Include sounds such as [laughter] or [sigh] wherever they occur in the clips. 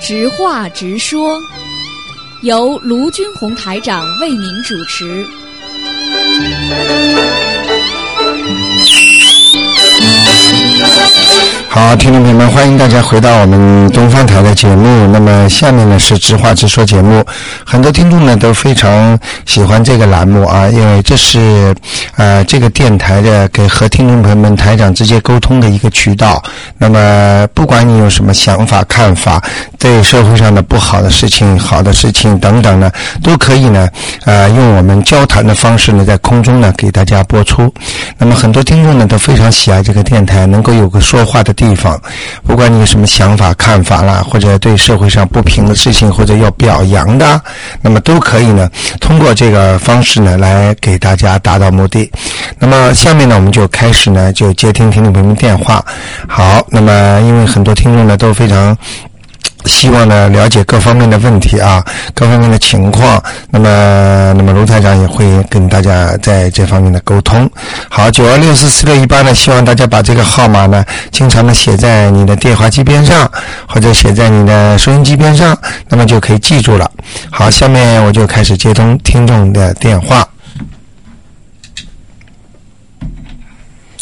直话直说，由卢军红台长为您主持。好，听众朋友们，欢迎大家回到我们东方台的节目。那么下面呢是直话直说节目，很多听众呢都非常喜欢这个栏目啊，因为这是呃这个电台的给和听众朋友们台长直接沟通的一个渠道。那么不管你有什么想法、看法，对社会上的不好的事情、好的事情等等呢，都可以呢呃用我们交谈的方式呢在空中呢给大家播出。那么很多听众呢都非常喜爱这个电台，能够有个说话的地方。不管你有什么想法、看法啦，或者对社会上不平的事情，或者要表扬的啊，那么都可以呢，通过这个方式呢来给大家达到目的。那么下面呢，我们就开始呢就接听听众朋友们电话。好，那么因为很多听众呢都非常。希望呢了解各方面的问题啊，各方面的情况。那么，那么卢台长也会跟大家在这方面的沟通。好，九幺六四四六一八呢，希望大家把这个号码呢，经常的写在你的电话机边上，或者写在你的收音机边上，那么就可以记住了。好，下面我就开始接通听众的电话。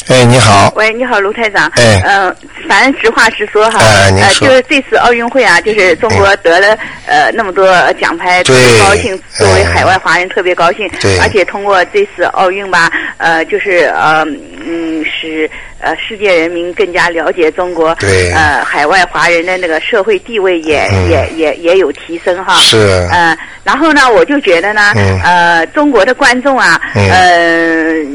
哎，你好，喂，你好，卢台长。哎呃，反正实话实说哈。哎您呃，说嗯就是这次奥运会啊，就是中国得了、呃那么多奖牌，特对别高兴。作为哎海外华人，特别高兴。对而且通过这次奥运吧，呃，就是呃嗯，使呃世界人民更加了解中国。对呃，海外华人的那个社会地位也、嗯也也也有提升哈。是呃，然后呢，我就觉得呢，嗯呃，中国的观众啊，嗯呃，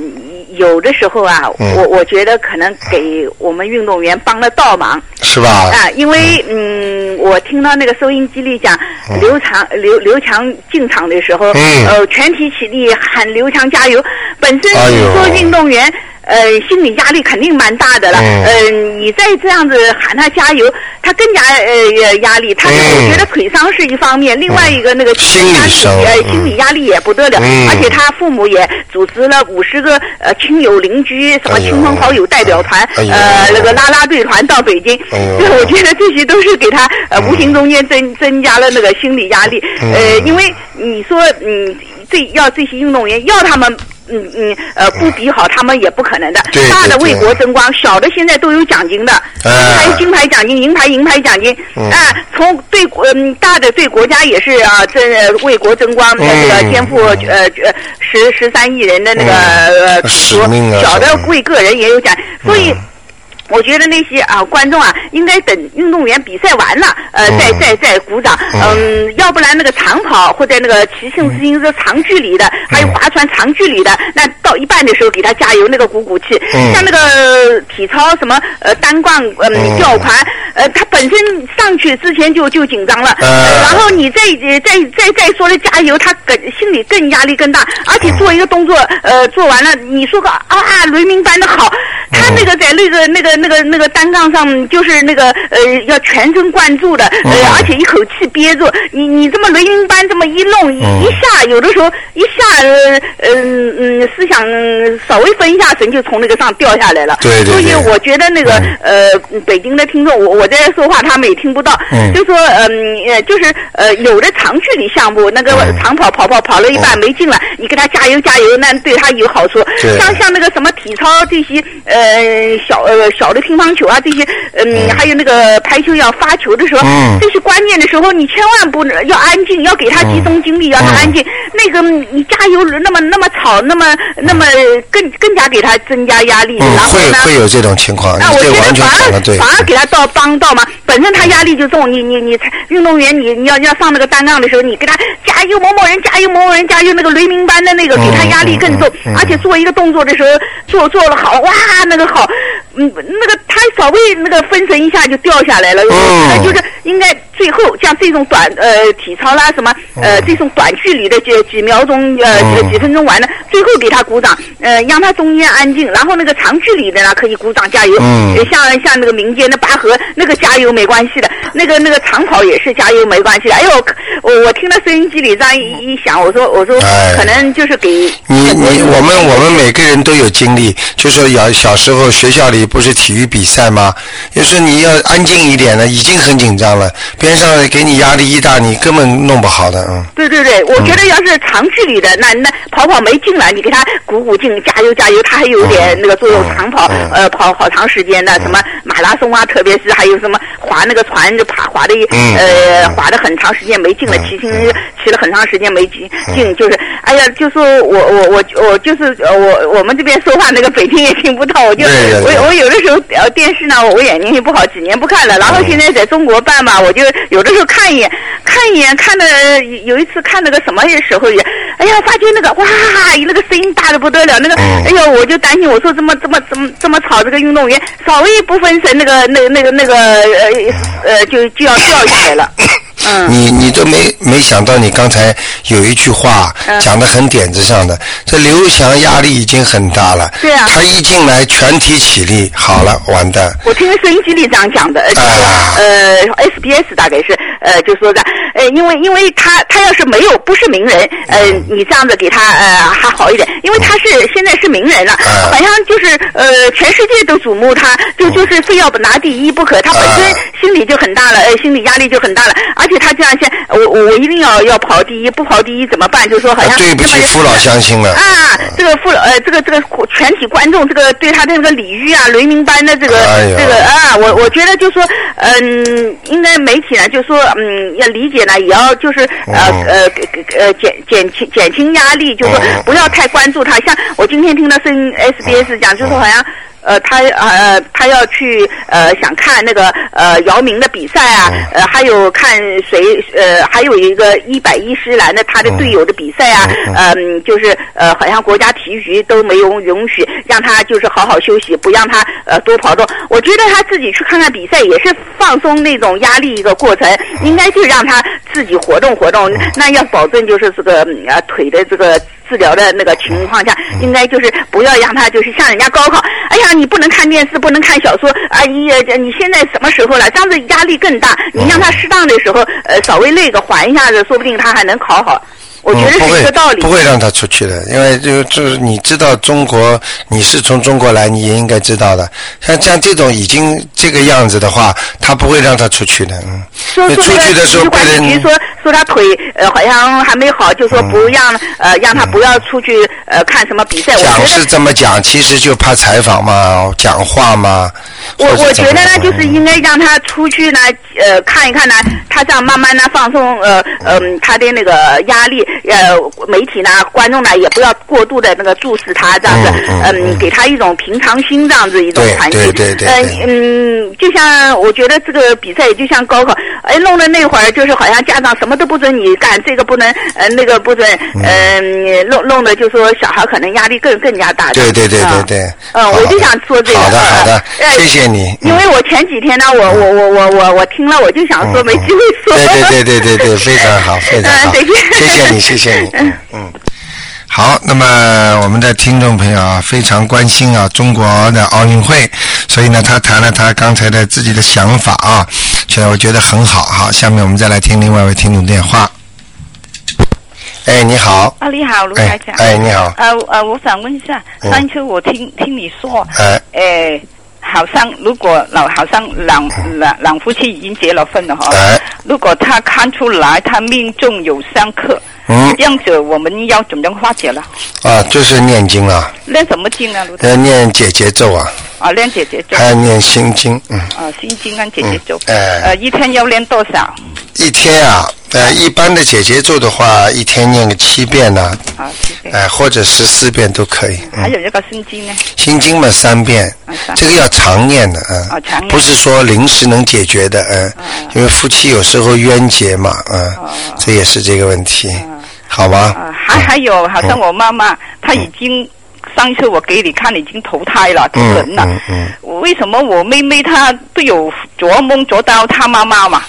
有的时候啊，嗯我我觉得可能给我们运动员帮了倒忙是吧？啊，因为嗯，我听到那个收音机里讲刘强刘刘强进场的时候，嗯呃，全体起立喊刘强加油，本身哎你呦说运动员。呃，心理压力肯定蛮大的了。嗯呃，你再这样子喊他加油，他更加呃压力。他嗯我觉得腿伤是一方面，另外一个那个心理心上嗯理压力呃心理压力也不得了，嗯而且他父母也组织了五十个呃亲友邻居什么哎呦亲朋好友代表团，哎呦呃那个拉拉队团到北京，哎呦嗯对 [laughs] 我觉得这些都是给他呃无形中间增增加了那个心理压力，呃，因为你说嗯这要这些运动员要他们。嗯嗯，呃，不比好他们也不可能的。对大的对为对国争光，小的现在都有奖金的，金哎牌、金牌奖金、银牌、银牌奖金。嗯啊，从对国嗯大的对国家也是啊，这为国争光，呃嗯这个肩负呃呃十十三亿人的那个嗯呃使命啊嗯小的什么的为个人也有奖，所以。我觉得那些啊观众啊，应该等运动员比赛完了，呃，嗯再再再鼓掌。嗯，要不然那个长跑或者那个骑行自行车长距离的，还有划船长距离的，那到一半的时候给他加油，那个鼓鼓气。嗯像那个体操什么呃单杠嗯嗯吊环，呃，他本身上去之前就就紧张了，呃然后你再呃再再再说了加油，他更心里更压力更大，而且做一个动作呃做完了，你说个啊雷鸣般的好，他哦那个在那个那个那个那个单杠上，就是那个呃，要全神贯注的，呃，嗯而且一口气憋住。你你这么雷鸣般这么一弄一嗯一下，有的时候一下呃嗯嗯，思想稍微分一下神，就从那个上掉下来了。对对所对以我觉得那个呃，北京的听众，我我在说话他们也听不到嗯。就说嗯呃，就是呃，有的长距离项目，那个嗯长跑跑跑跑了一半没进来，你给他加油加油，那对他有好处哦对。像像那个什么体操这些，呃，小呃小的乒乓球啊这些，嗯，还有那个排球要发球的时候，嗯这些关键的时候，你千万不能要安静，要给他集中精力，要他安静。那个嗯你加油那么那么吵，那么那么更更加给他增加压力，嗯，然后会呢？会有这种情况，你啊，我这觉得完全反讲的而对。反而给他倒帮倒忙，本身他压力就重，你你你运动员你你要要上那个单杠的时候，你给他加油某某人加油某某人加油那个雷鸣般的那个给他压力更重，嗯嗯嗯而且做一个动作的时候做做了好哇那个好，嗯那个他稍微那个分神一下就掉下来了，呃嗯就是应该最后像这种短呃体操啦什么呃这种短距离的这几秒钟呃嗯几分钟完了，最后给他鼓掌，呃让他中间安静，然后那个长距离的呢可以鼓掌加油，嗯呃像像那个民间的拔河那个加油没关系的，那个那个长跑也是加油没关系的。哎呦，我我听到收音机里这样一一响，我说我说嗯哎可能就是给你你我们我们每个人都有经历，就说小小时候学校里不是体育比赛吗？就是你要安静一点呢，已经很紧张上了，边上的给你压力一大，你根本弄不好的，嗯。对对对，我觉得要是长距离的，那那跑跑没劲了，你给他鼓鼓劲，加油加油，他还有点那个作用嗯。长跑嗯，呃，跑好长时间的，什么马拉松啊，特别是还有什么划那个船，就爬划的一嗯呃划的很长时间没劲了，骑行骑了很长时间没劲嗯劲，就是哎呀，就是我我我我就是呃我我们这边说话那个北京也听不到，我就对对对我我有的时候呃电视呢，我眼睛也不好，几年不看了，然后现在在中国办吧，我就有的时候看一眼，看一眼，看的有一次看那个什么时候也，哎呀，发觉那个哇，那个声音大的不得了，那个、嗯哎呦，我就担心，我说这么这么这么这么吵，这个运动员稍一不分神，那个那个那个那个呃呃就就要掉下来了，嗯。你你都没没想到，你刚才有一句话嗯讲的很点子上的。这刘翔压力已经很大了，对啊他一进来全体起立，好了，完蛋。我听收音机里这样讲的，呃就是啊呃，SBS 大概是呃，就说的，呃，因为因为他他要是没有不是名人，呃，嗯你这样子给他呃还好一点，因为他是现在是名人了，嗯好像就是呃全世界都瞩目他，就就是非要拿第一不可，他本身嗯心理就很大了，呃，心理压力就很大了，而且他这样现我我我一定要要跑第一，不跑第一怎么办？就说好像啊对不这起，么父老乡亲了。啊，这个父老呃，这个这个全体观众，这个对他的那个礼遇啊，雷鸣般的这个、哎呀这个啊，我我觉得就说，嗯，应该媒体呢，就说嗯，要理解呢，也要就是呃、嗯呃给给呃减减轻减轻压力，就说嗯不要太关注他。像我今天听到声音 SBS 讲，就是好像。呃，他呃，他要去呃，想看那个呃姚明的比赛啊，呃，还有看谁呃，还有一个一百一十栏的他的队友的比赛啊，嗯，就是呃，好像国家体育局都没有允许让他就是好好休息，不让他呃多跑动。我觉得他自己去看看比赛也是放松那种压力一个过程，应该就让他自己活动活动。那要保证就是这个嗯呃腿的这个治疗的那个情况下，应该就是不要让他就是像人家高考，哎呀，你不能看电视，不能看小说，啊，你也你现在什么时候了？这样子压力更大。你让他适当的时候，呃，稍微那个缓一下子，说不定他还能考好。我觉得嗯、不是一会个道理。不会让他出去的，因为就就是你知道中国，你是从中国来，你也应该知道的。像像这种已经这个样子的话，他不会让他出去的。嗯，说你说出那去个的时候体被育管理局人说说他腿呃好像还没好，就说不让、呃让他不要出去呃看什么比赛。我嗯觉讲得是这么讲，其实就怕采访嘛，讲话嘛。我或者我怎觉么得呢样，就是应该让他出去呢，呃，看一看呢，他这样慢慢的放松，呃，嗯、他的那个压力，呃，媒体呢，观众呢，也不要过度的那个注视他这样子，嗯嗯，给他一种平常心这样子一种对传递，对对对呃对嗯，就像我觉得这个比赛也就像高考，哎，弄的那会儿就是好像家长什么都不准你干，这个不能，呃，那个不准，嗯、弄弄的就说小孩可能压力更更加大，对对对啊对对。嗯，我就想说这个。好的呃好的，呃谢谢你。嗯嗯因为我前几天呢，我我我我我我听了，我就想说没机会说。对对对对对对，非常好，非常好，嗯再见谢谢你，谢谢你，嗯嗯。好，那么我们的听众朋友啊，非常关心啊中国的奥运会，所以呢，他谈了他刚才的自己的想法啊，所以我觉得很好。好，下面我们再来听另外一位听众电话。哎，你好，啊，你好，卢哎台长。哎，你好，呃呃，我想问一下，嗯上一次我听听你说，哎呃，好像如果老好像两两两夫妻已经结了婚了哈，哎，如果他看出来他命中有相克，嗯这样子我们要怎么样化解了？啊，就是念经啊，练什么经啊，卢台？要念解结咒啊，啊，练姐姐咒还要念心经，嗯。啊，心经跟姐姐咒，哎嗯哎呃，一天要练多少？一天啊，呃，一般的姐姐咒的话，一天念个七遍呢、啊，谢谢。呃，或者十四遍都可以。还有一个心经呢，心经嘛三遍啊，三遍嗯这个要常念的啊，啊常念不是说临时能解决的，嗯、因为夫妻有时候冤结嘛，嗯、呃这也是这个问题，好吗？啊，还还有，好像我妈妈，她已经上一次我给你看，已经投胎了，投嗯人了。嗯嗯我为什么我妹妹她都有做梦做到她妈妈嘛？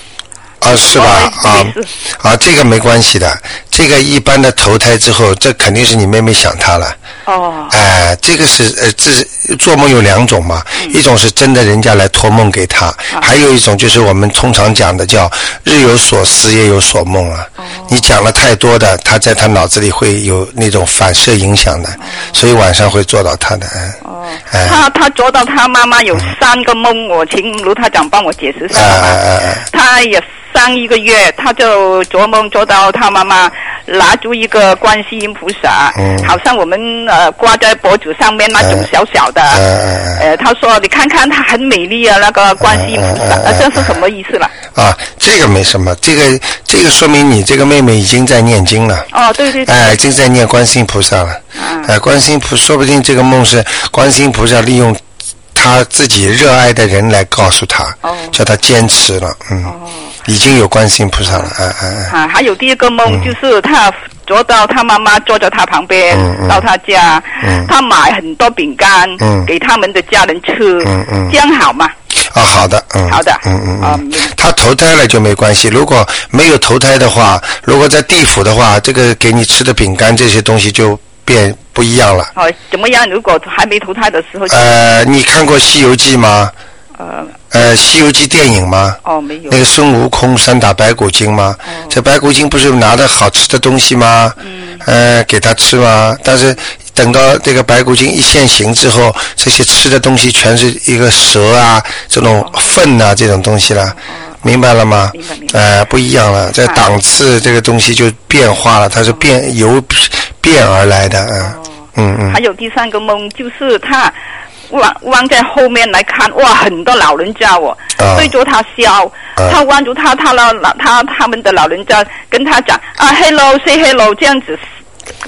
啊，是吧？哦啊没事啊，这个没关系的，这个一般的投胎之后，这肯定是你妹妹想他了。哦，哎、这个是呃，这是做梦有两种嘛，一种是真的人家来托梦给他，还有一种就是我们通常讲的叫日有所思夜有所梦啊。你讲了太多的，他在他脑子里会有那种反射影响的，所以晚上会做到他的。嗯哎他他做到他妈妈有三个梦，我请卢台长帮我解释一下哎吧。哎哎哎，他也上一个月，他就做梦做到他妈妈拿住一个观世音菩萨，嗯好像我们呃挂在脖子上面那种小小的。哎哎呃，他说你看看，它很美丽啊，那个观世音菩萨，嗯嗯嗯啊，这是什么意思了？哎啊，这个没什么，这个这个说明你这个妹妹已经在念经了。哦，对对对，哎，已经在念观世音菩萨了。嗯哎，观世音菩，说不定这个梦是观世音菩萨利用他自己热爱的人来告诉他，哦叫他坚持了。嗯，已经有观世音菩萨了。哎哎哎，啊，还有第一个梦、就是他坐到他妈妈坐在他旁边，嗯嗯到他家，他买很多饼干、嗯给他们的家人吃，嗯嗯这样好吗？啊，好的，嗯，好的，嗯嗯啊嗯。他投胎了就没关系，如果没有投胎的话，如果在地府的话，这个给你吃的饼干这些东西就变不一样了。哦，怎么样？如果还没投胎的时候，呃，你看过《西游记》吗？呃，呃，《西游记》电影吗？哦，没有那，个孙悟空三打白骨精吗？哦这白骨精不是拿着好吃的东西吗？嗯，呃，给他吃吗？但是等到这个白骨精一现形之后，这些吃的东西全是一个蛇啊，这种粪啊这种东西了。明白了吗明白明？白呃，不一样了，这档次这个东西就变化了，它是变由变而来的，哦嗯嗯嗯还有第三个梦就是他弯弯在后面来看，哇，很多老人家哦，啊对着他笑，他弯住他他老老他他们的老人家跟他讲啊，hello say hello 这样子。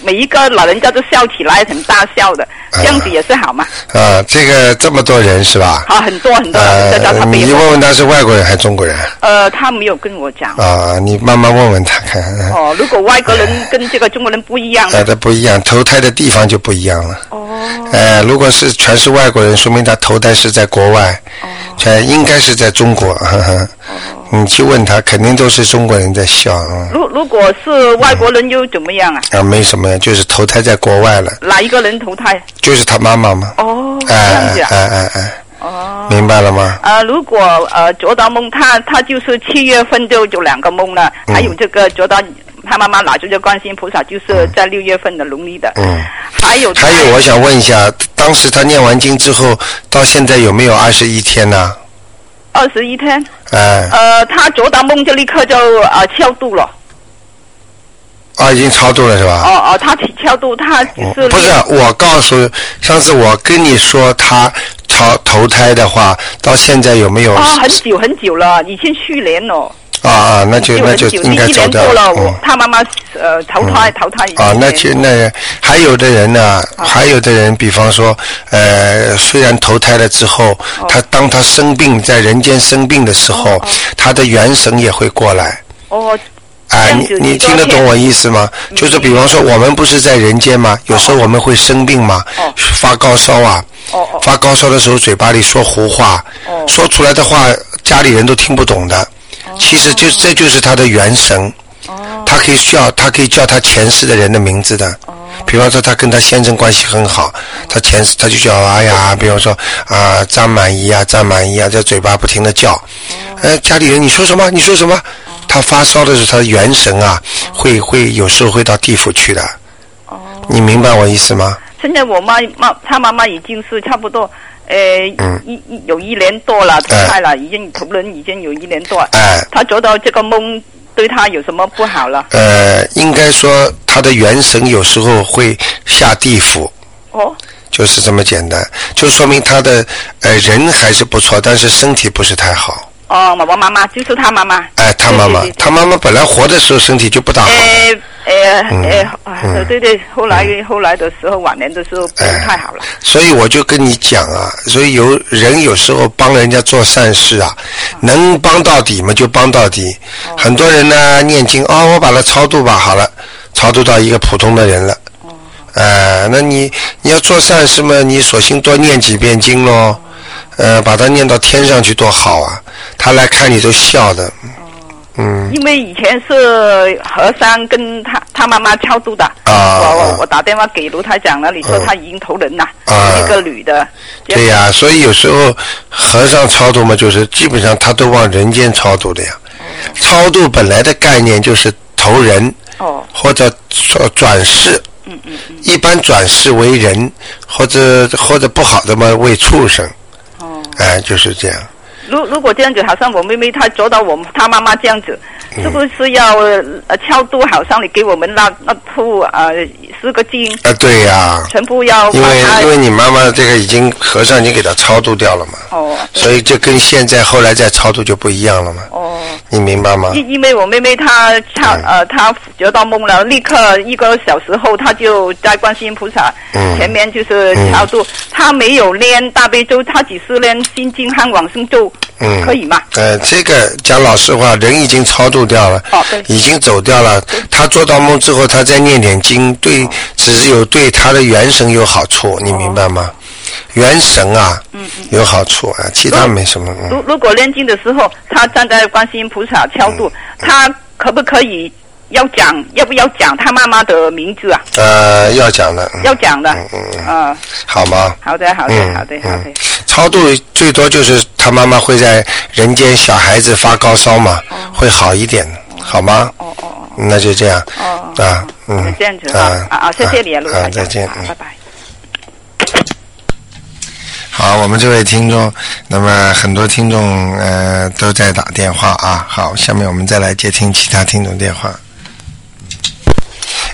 每一个老人家都笑起来，很大笑的，这样子也是好嘛？啊，这个这么多人是吧？好，很多很多老人家叫呃他，背你后。问问他是外国人还是中国人呃，他没有跟我讲。啊？你慢慢问问他看。嗯哦，如果外国人跟这个中国人不一样，呃，它不一样，投胎的地方就不一样了。哦，呃，如果是全是外国人，说明他投胎是在国外，哦呃，应该是在中国。呵呵你去问他，肯定都是中国人在笑啊、如如果是外国人又怎么样啊？啊，没什么呀，就是投胎在国外了，哪一个人投胎？就是他妈妈嘛。哦，这样哎子哎啊，哎哎，哦。明白了吗？呃，如果呃做到梦，他他就是七月份就有两个梦了，嗯还有这个做到他妈妈拿出这观世音菩萨，就是在六月份的农历的，嗯，还有还有，我想问一下，当时他念完经之后，到现在有没有二十一天呢？二十一天，哎，呃，他做到梦就立刻就呃超度了，啊，已经超度了是吧？哦哦，他起超度，他就是哦不是，我告诉上次我跟你说他投投胎的话，到现在有没有啊、啊很久很久了，已经去年了，啊？那就那很就久，第应该一走年掉过了，嗯我他妈妈呃投胎投胎已经啊，那去就那还有的人呢，还有的人，比方说，呃，虽然投胎了之后，他当他生病在人间生病的时候，他的元神也会过来。哦，哎，这样你子你你多听得懂天我意思吗？就是比方说，我们不是在人间吗？有时候我们会生病嘛，哦发高烧啊，哦哦发高烧的时候嘴巴里说胡话，哦说出来的话家里人都听不懂的。其实就这就是他的元神，他可以叫他可以叫他前世的人的名字的。比方说，他跟他先生关系很好，他前世他就叫哎呀，比方说啊、张满意啊，张满意啊，在嘴巴不停的叫，呃，家里人你说什么？你说什么？他发烧的时候，他的元神啊，会会有时候会到地府去的。你明白我意思吗？现在我妈妈她妈妈已经是差不多，呃，嗯一一有一年多了，投胎了，已经投人已经有一年多了。哎她做到这个梦，对她有什么不好了？呃，应该说他的元神有时候会下地府，哦，就是这么简单，就说明他的呃人还是不错，但是身体不是太好。哦，我妈妈就是她妈妈。哎，他妈妈对对，对他妈妈本来活的时候身体就不大好的，呃呃嗯呃啊，对对，后来后来的时候，晚年的时候不哎太好了。所以我就跟你讲啊，所以有人有时候帮人家做善事啊，能帮到底嘛就帮到底。很多人呢念经哦，我把它超度吧，好了，超度到一个普通的人了。呃，那你你要做善事嘛，你索性多念几遍经喽，呃，把它念到天上去多好啊，他来看你都笑的。嗯，因为以前是和尚跟他他妈妈超度的，啊我啊我我打电话给卢台长了，你说嗯他已经投人了，啊一个女的，对呀、所以有时候和尚超度嘛，就是基本上他都往人间超度的呀。超度本来的概念就是投人哦，或者转转世，嗯嗯嗯，一般转世为人，或者或者不好的嘛为畜生，哦，哎，就是这样。如如果这样子，好像我妹妹她做到我们她妈妈这样子，嗯是不是要呃超度？好像你给我们那那铺呃四个经，啊，对呀、全部要因把为它因为你妈妈这个已经和尚已经给她超度掉了嘛，哦所以就跟现在后来再超度就不一样了嘛，哦。你明白吗？因因为我妹妹她她呃她做到梦了，立刻一个小时后她就在观世音菩萨嗯前面就是超度，她没有念大悲咒，她只是念心经和往生咒，嗯可以吗？呃，这个讲老实话，人已经超度掉了，哦对已经走掉了。他做到梦之后，他再念点经，对，哦只是有对他的元神有好处，你明白吗？元神啊，嗯有好处啊，其他没什么。嗯如如果念经的时候，她站在观世音菩萨超度，嗯她可不可以要讲要不要讲她妈妈的名字啊？呃，要讲的，嗯要讲的，嗯嗯嗯啊，好吗？好的好的嗯好的好的嗯，超度最多就是他妈妈会在人间小孩子发高烧嘛，会好一点，好吗？哦哦哦那就这样哦哦，啊，就嗯，这样子啊啊啊啊！谢谢你啊，卢啊台，再长见，啊嗯拜拜。好，我们这位听众，呃那么很多听众呃都在打电话啊。好，下面我们再来接听其他听众电话。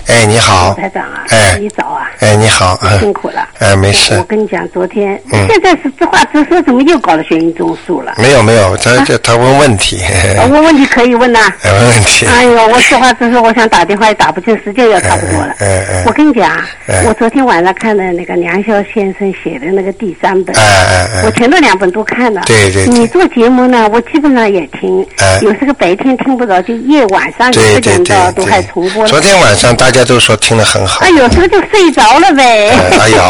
哎，你好，台长啊，哎你早啊，哎，你好， [laughs] 辛嗯，苦了。哎，没事我我，跟你讲，昨天、嗯现在是这话直说，怎么又搞了悬疑综述了？没有没有，他这他问问题， [laughs] 啊哎我问题可以问呐、问问题，哎呦，我实话实说，我想打电话也打不进，时间也差不多了。哎哎哎我跟你讲啊，哎我昨天晚上看的那个梁霄先生写的那个第三本，哎哎哎我前头两本都看了。对对对你做节目呢，我基本上也听，哎有时候白天听不着，就夜晚上你对不对讲对到都还重对，播了。昨天晚上大家都说听得很好哎，，有时候就睡着了呗。哎哎呦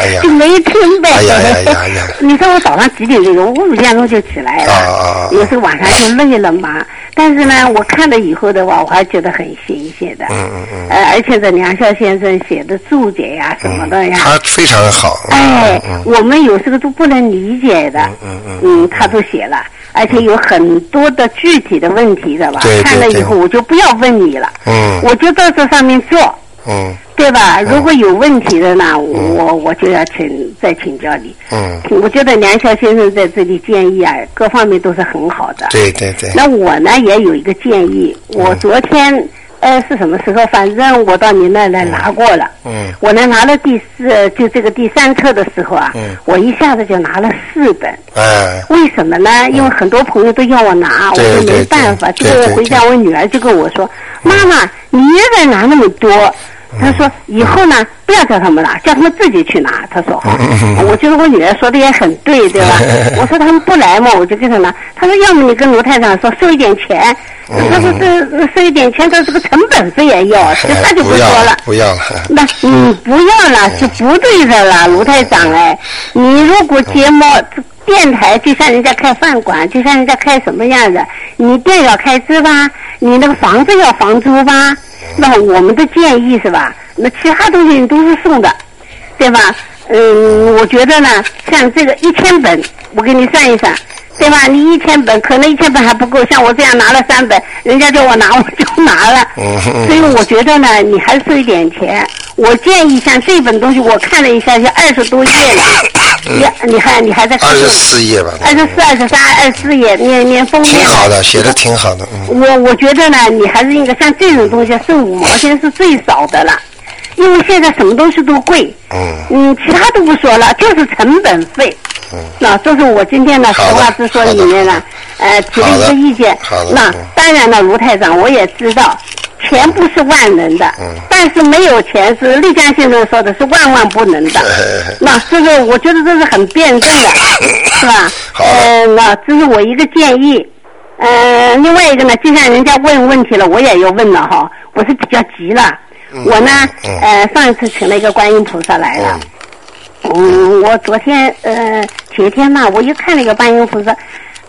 哎呀就没听呗。哎呀哎呀哎呀你说我早上几点就有？我五点钟就起来了。啊啊啊有时候晚上就累了嘛。但是呢，我看了以后的话，我还觉得很新鲜的。嗯嗯嗯，呃，而且这梁孝先生写的注解呀、什么的呀。他非常好，哎嗯，嗯我们有时候都不能理解的，嗯嗯他都写了，而且有很多的具体的问题的吧？对对看了以后对我就不要问你了，嗯我就到这上面做，嗯对吧？如果有问题的呢，我我就要请再请教你。嗯，我觉得梁晓先生在这里建议啊，各方面都是很好的。对嗯对对，那我呢也有一个建议，我昨天呃是什么时候？反正我到你那来拿过了。嗯我呢拿了第四，就这个第三册的时候啊，嗯我一下子就拿了四本。哎为什么呢？因为很多朋友都要我拿，对我就对没办法。对这对个对嗯回家，我女儿就跟我说：“妈妈，你也在拿那么多。”她说：“以后呢，嗯不要叫他们拿，叫他们自己去拿。”她说：“好。”我觉得我女儿说的也很对，对嗯吧？我说他们不来嘛，我就跟他拿。她说：“要么你跟卢太长说收一点钱，她说这收一点钱，她这个成本费也要，啊其他就嗯哎不说要啊了。”不要哎了，那你不要了，是不对的啦，卢台长哎，你如果节目电台就像人家开饭馆，就像人家开什么样子，你店要开支吧，你那个房子要房租吧，那我们的建议是吧？那其他东西你都是送的，对吧？嗯，我觉得呢，像这个一千本，我给你算一算，对吧？你一千本，可能一千本还不够，像我这样拿了三本，人家叫我拿，我就拿了。嗯嗯所以我觉得呢，你还是收一点钱。我建议像这本东西，我看了一下，是二十多页了，你你还你还在看嗯二这十个四页吧，二十四、二十三、二十四页，念念封面。挺好的，写的挺好的，嗯。我我觉得呢，你还是应该像这种东西，剩五毛钱是最少的了，因为现在什么东西都贵。嗯嗯，其他都不说了，就是成本费。嗯那这是我今天呢实好的话直说里面呢，呃提了一好个的意见好的。那嗯当然了，卢台长我也知道，钱不是万能的，嗯但是没有钱是丽江先生说的是万万不能的。那这个我觉得这是很辩证的，是吧？好的呃，那这是我一个建议。呃，另外一个呢，就像人家问问题了，我也要问了哈，我是比较急了。我呢，嗯呃，上一次请了一个观音菩萨来了。嗯嗯，我昨天呃前天嘛，我又看了一个观音菩萨，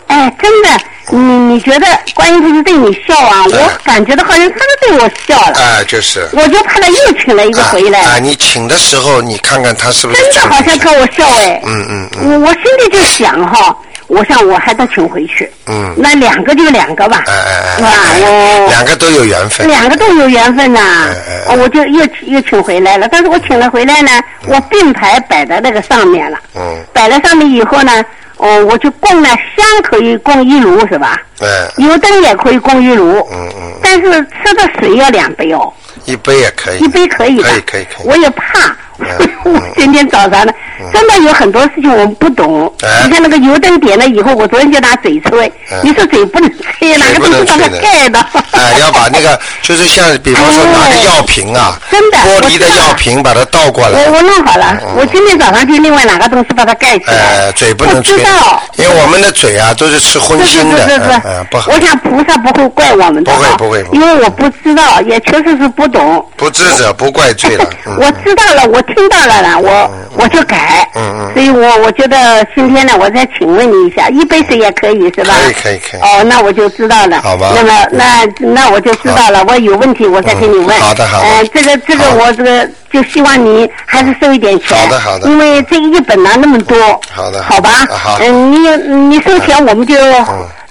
哎，真的，你你觉得观音菩萨对你笑啊？嗯我感觉到好像他都对我笑了，啊，就是。我就怕他又请了一个啊回来，啊！你请的时候，你看看他是不是真的请好你像跟我笑哎。嗯嗯嗯我我心里就想哈，我想我还得请回去。嗯那两个就两个吧。哎哎是吧？哎哎，我两个都有缘分。哦两个都有缘分呐、哦哎哎哎我就又请又请回来了，但是我请了回来呢，我并排摆在那个上面了。嗯摆在上面以后呢，哦，我就供了香可以供一炉是吧？哎，油灯也可以供一炉。嗯嗯，但是吃的水要两杯哦，一杯也可以，一杯可以吧？可以可以可以。我也怕，嗯 [laughs] 我今天早上呢，真的有很多事情我们不懂。哎你看那个油灯点了以后，我昨天就拿嘴吹，嗯你说嘴不能吹，拿水个不东能西把吹它的 [laughs] 盖的。哎，要把那个，就是像比方说拿个药瓶啊，哎 [laughs] 真的玻璃的我知道药瓶，把它倒过我来。我弄好了，我今天早上就另外拿个东西把它盖起来。嗯哎，嘴不能我吹知道，，因为我们的嘴啊都是吃荤是是腥是的，是嗯是嗯，不好我。想菩萨不会怪我们的不会哈，不会不会因为我不知道，也确实是不懂。不知者不怪罪 [laughs] 了。嗯我知道了，我听到了啦，我我就改。嗯嗯所以我我觉得今天呢，我再请问你一下，一杯水也可以是吧？可以可以可以哦，那我就知道了。好吧嗯那么那那我就知道了，我有问题我再跟你问。嗯好的好的呃，这个这个好我这个就希望你还是收一点钱。好的好的因为这一本呢那么多。好的好吧啊。好嗯嗯，你有你收钱我们就。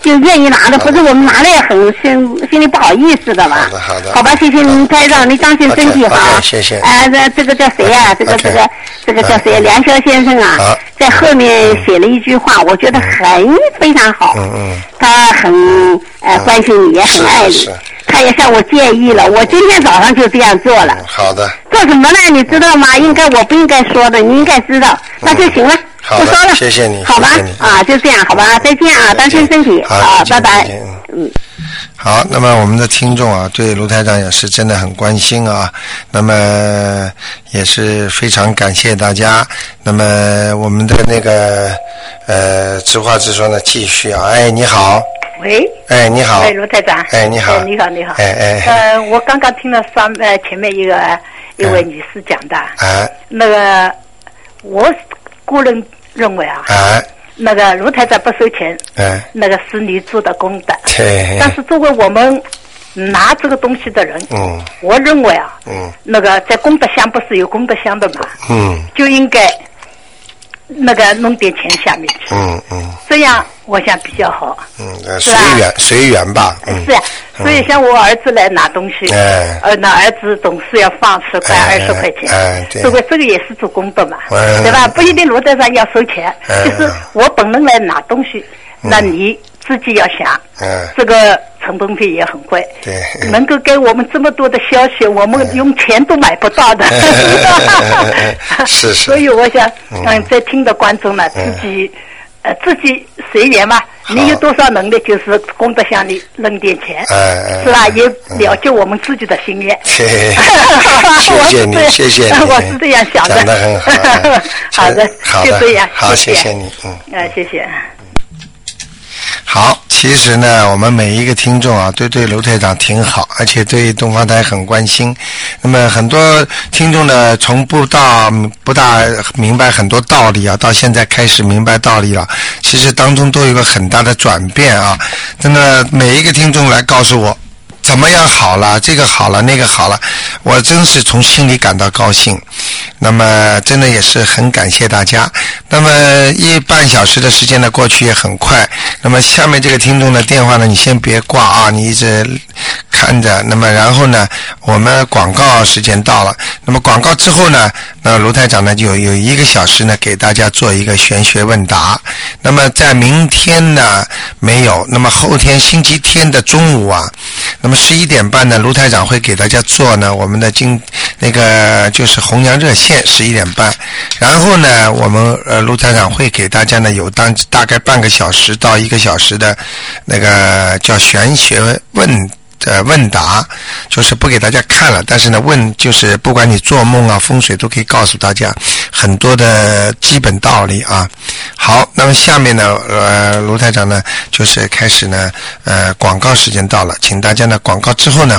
就愿意拿的，不是我们拿了也很心心里不好意思的吧？好的好的吧，谢谢您，台长，您当心身体好。 OK，OK，谢谢哎啊，这这个叫谁呀、这个 OK 嗯这个这个叫谁呀、梁霄先生好啊，在后面写了一句话，我觉得很非常好。嗯嗯他很呃关心你，也很爱是你是。他也向我建议了，我今天早上就这样做了。嗯好的，做什么呢？你知道嗯吗？应该我不应该说的，你应该知道。那就行了，好不的说了。谢谢你好吧谢谢你嗯啊，就这样，好吧，再见啊，当心身体，好，再拜见拜。。嗯。好，那么我们的听众啊，对卢台长也是真的很关心啊，那么也是非常感谢大家。那么我们的那个呃，直话直说呢，继续啊。哎，你好，喂，哎，你好喂，，罗台长。哎你好哎你好，你好。哎哎哎呃，我刚刚听了上呃前面一个一位女士讲的，哎那个我个人认为啊，哎那个卢台长不收钱，哎，那个是你做的功德。对，但是作为我们拿这个东西的人，嗯我认为啊，嗯那个在功德箱不是有功德箱的嘛，嗯就应该那个弄点钱下面去，嗯嗯这样我想比较好。嗯，呃是随吧缘随缘吧，嗯是，啊所以像我儿子来拿东西， [laughs] 哎呃，那儿子总是要放十块、哎二十块钱，哎对这个这个也是做功德嘛，哎对吧？不一定罗德上要收钱，哎嗯就是我本人来拿东西，那你自己要想，哎这个成本费也很贵，对哎能够给我们这么多的消息，我们用钱都买不到的， [laughs] 哎是是哎所以我想，嗯，在听的观众呢，自己。呃，自己随缘嘛，你有多少能力，就是功德箱里扔点钱，哎哎 [laughs] 是吧？哎也了解我们自己的心愿。谢谢 [laughs] 我是 [laughs] 谢这你，样谢谢你， [laughs] 我是这样想的讲的很好，哎 [laughs] 好的好就这样好，谢谢谢谢你，嗯。啊，谢谢。好，其实呢，我们每一个听众啊，都对刘台长挺好，而且对东方台很关心。那么很多听众呢，从不大不大明白很多道理啊，到现在开始明白道理了。其实当中都有一个很大的转变啊。真的，每一个听众来告诉我。怎么样好了，这个好了，那个好了，我真是从心里感到高兴。那么，真的也是很感谢大家。那么一半小时的时间呢，过去也很快。那么下面这个听众的电话呢，你先别挂啊，你一直看着。那么然后呢，我们广告时间到了。那么广告之后呢，那卢台长呢就有有一个小时呢给大家做一个玄学问答。那么在明天呢没有，那么后天星期天的中午啊，那么十一点半呢，卢台长会给大家做呢我们的经那个就是弘扬热线十一点半，然后呢我们呃卢台长会给大家呢有当大概半个小时到一个小时的那个叫玄学问。呃，问答就是不给大家看了，但是呢，问就是不管你做梦啊、风水都可以告诉大家很多的基本道理啊。好，那么下面呢，呃，卢台长呢，就是开始呢，呃，广告时间到了，请大家呢广告之后呢。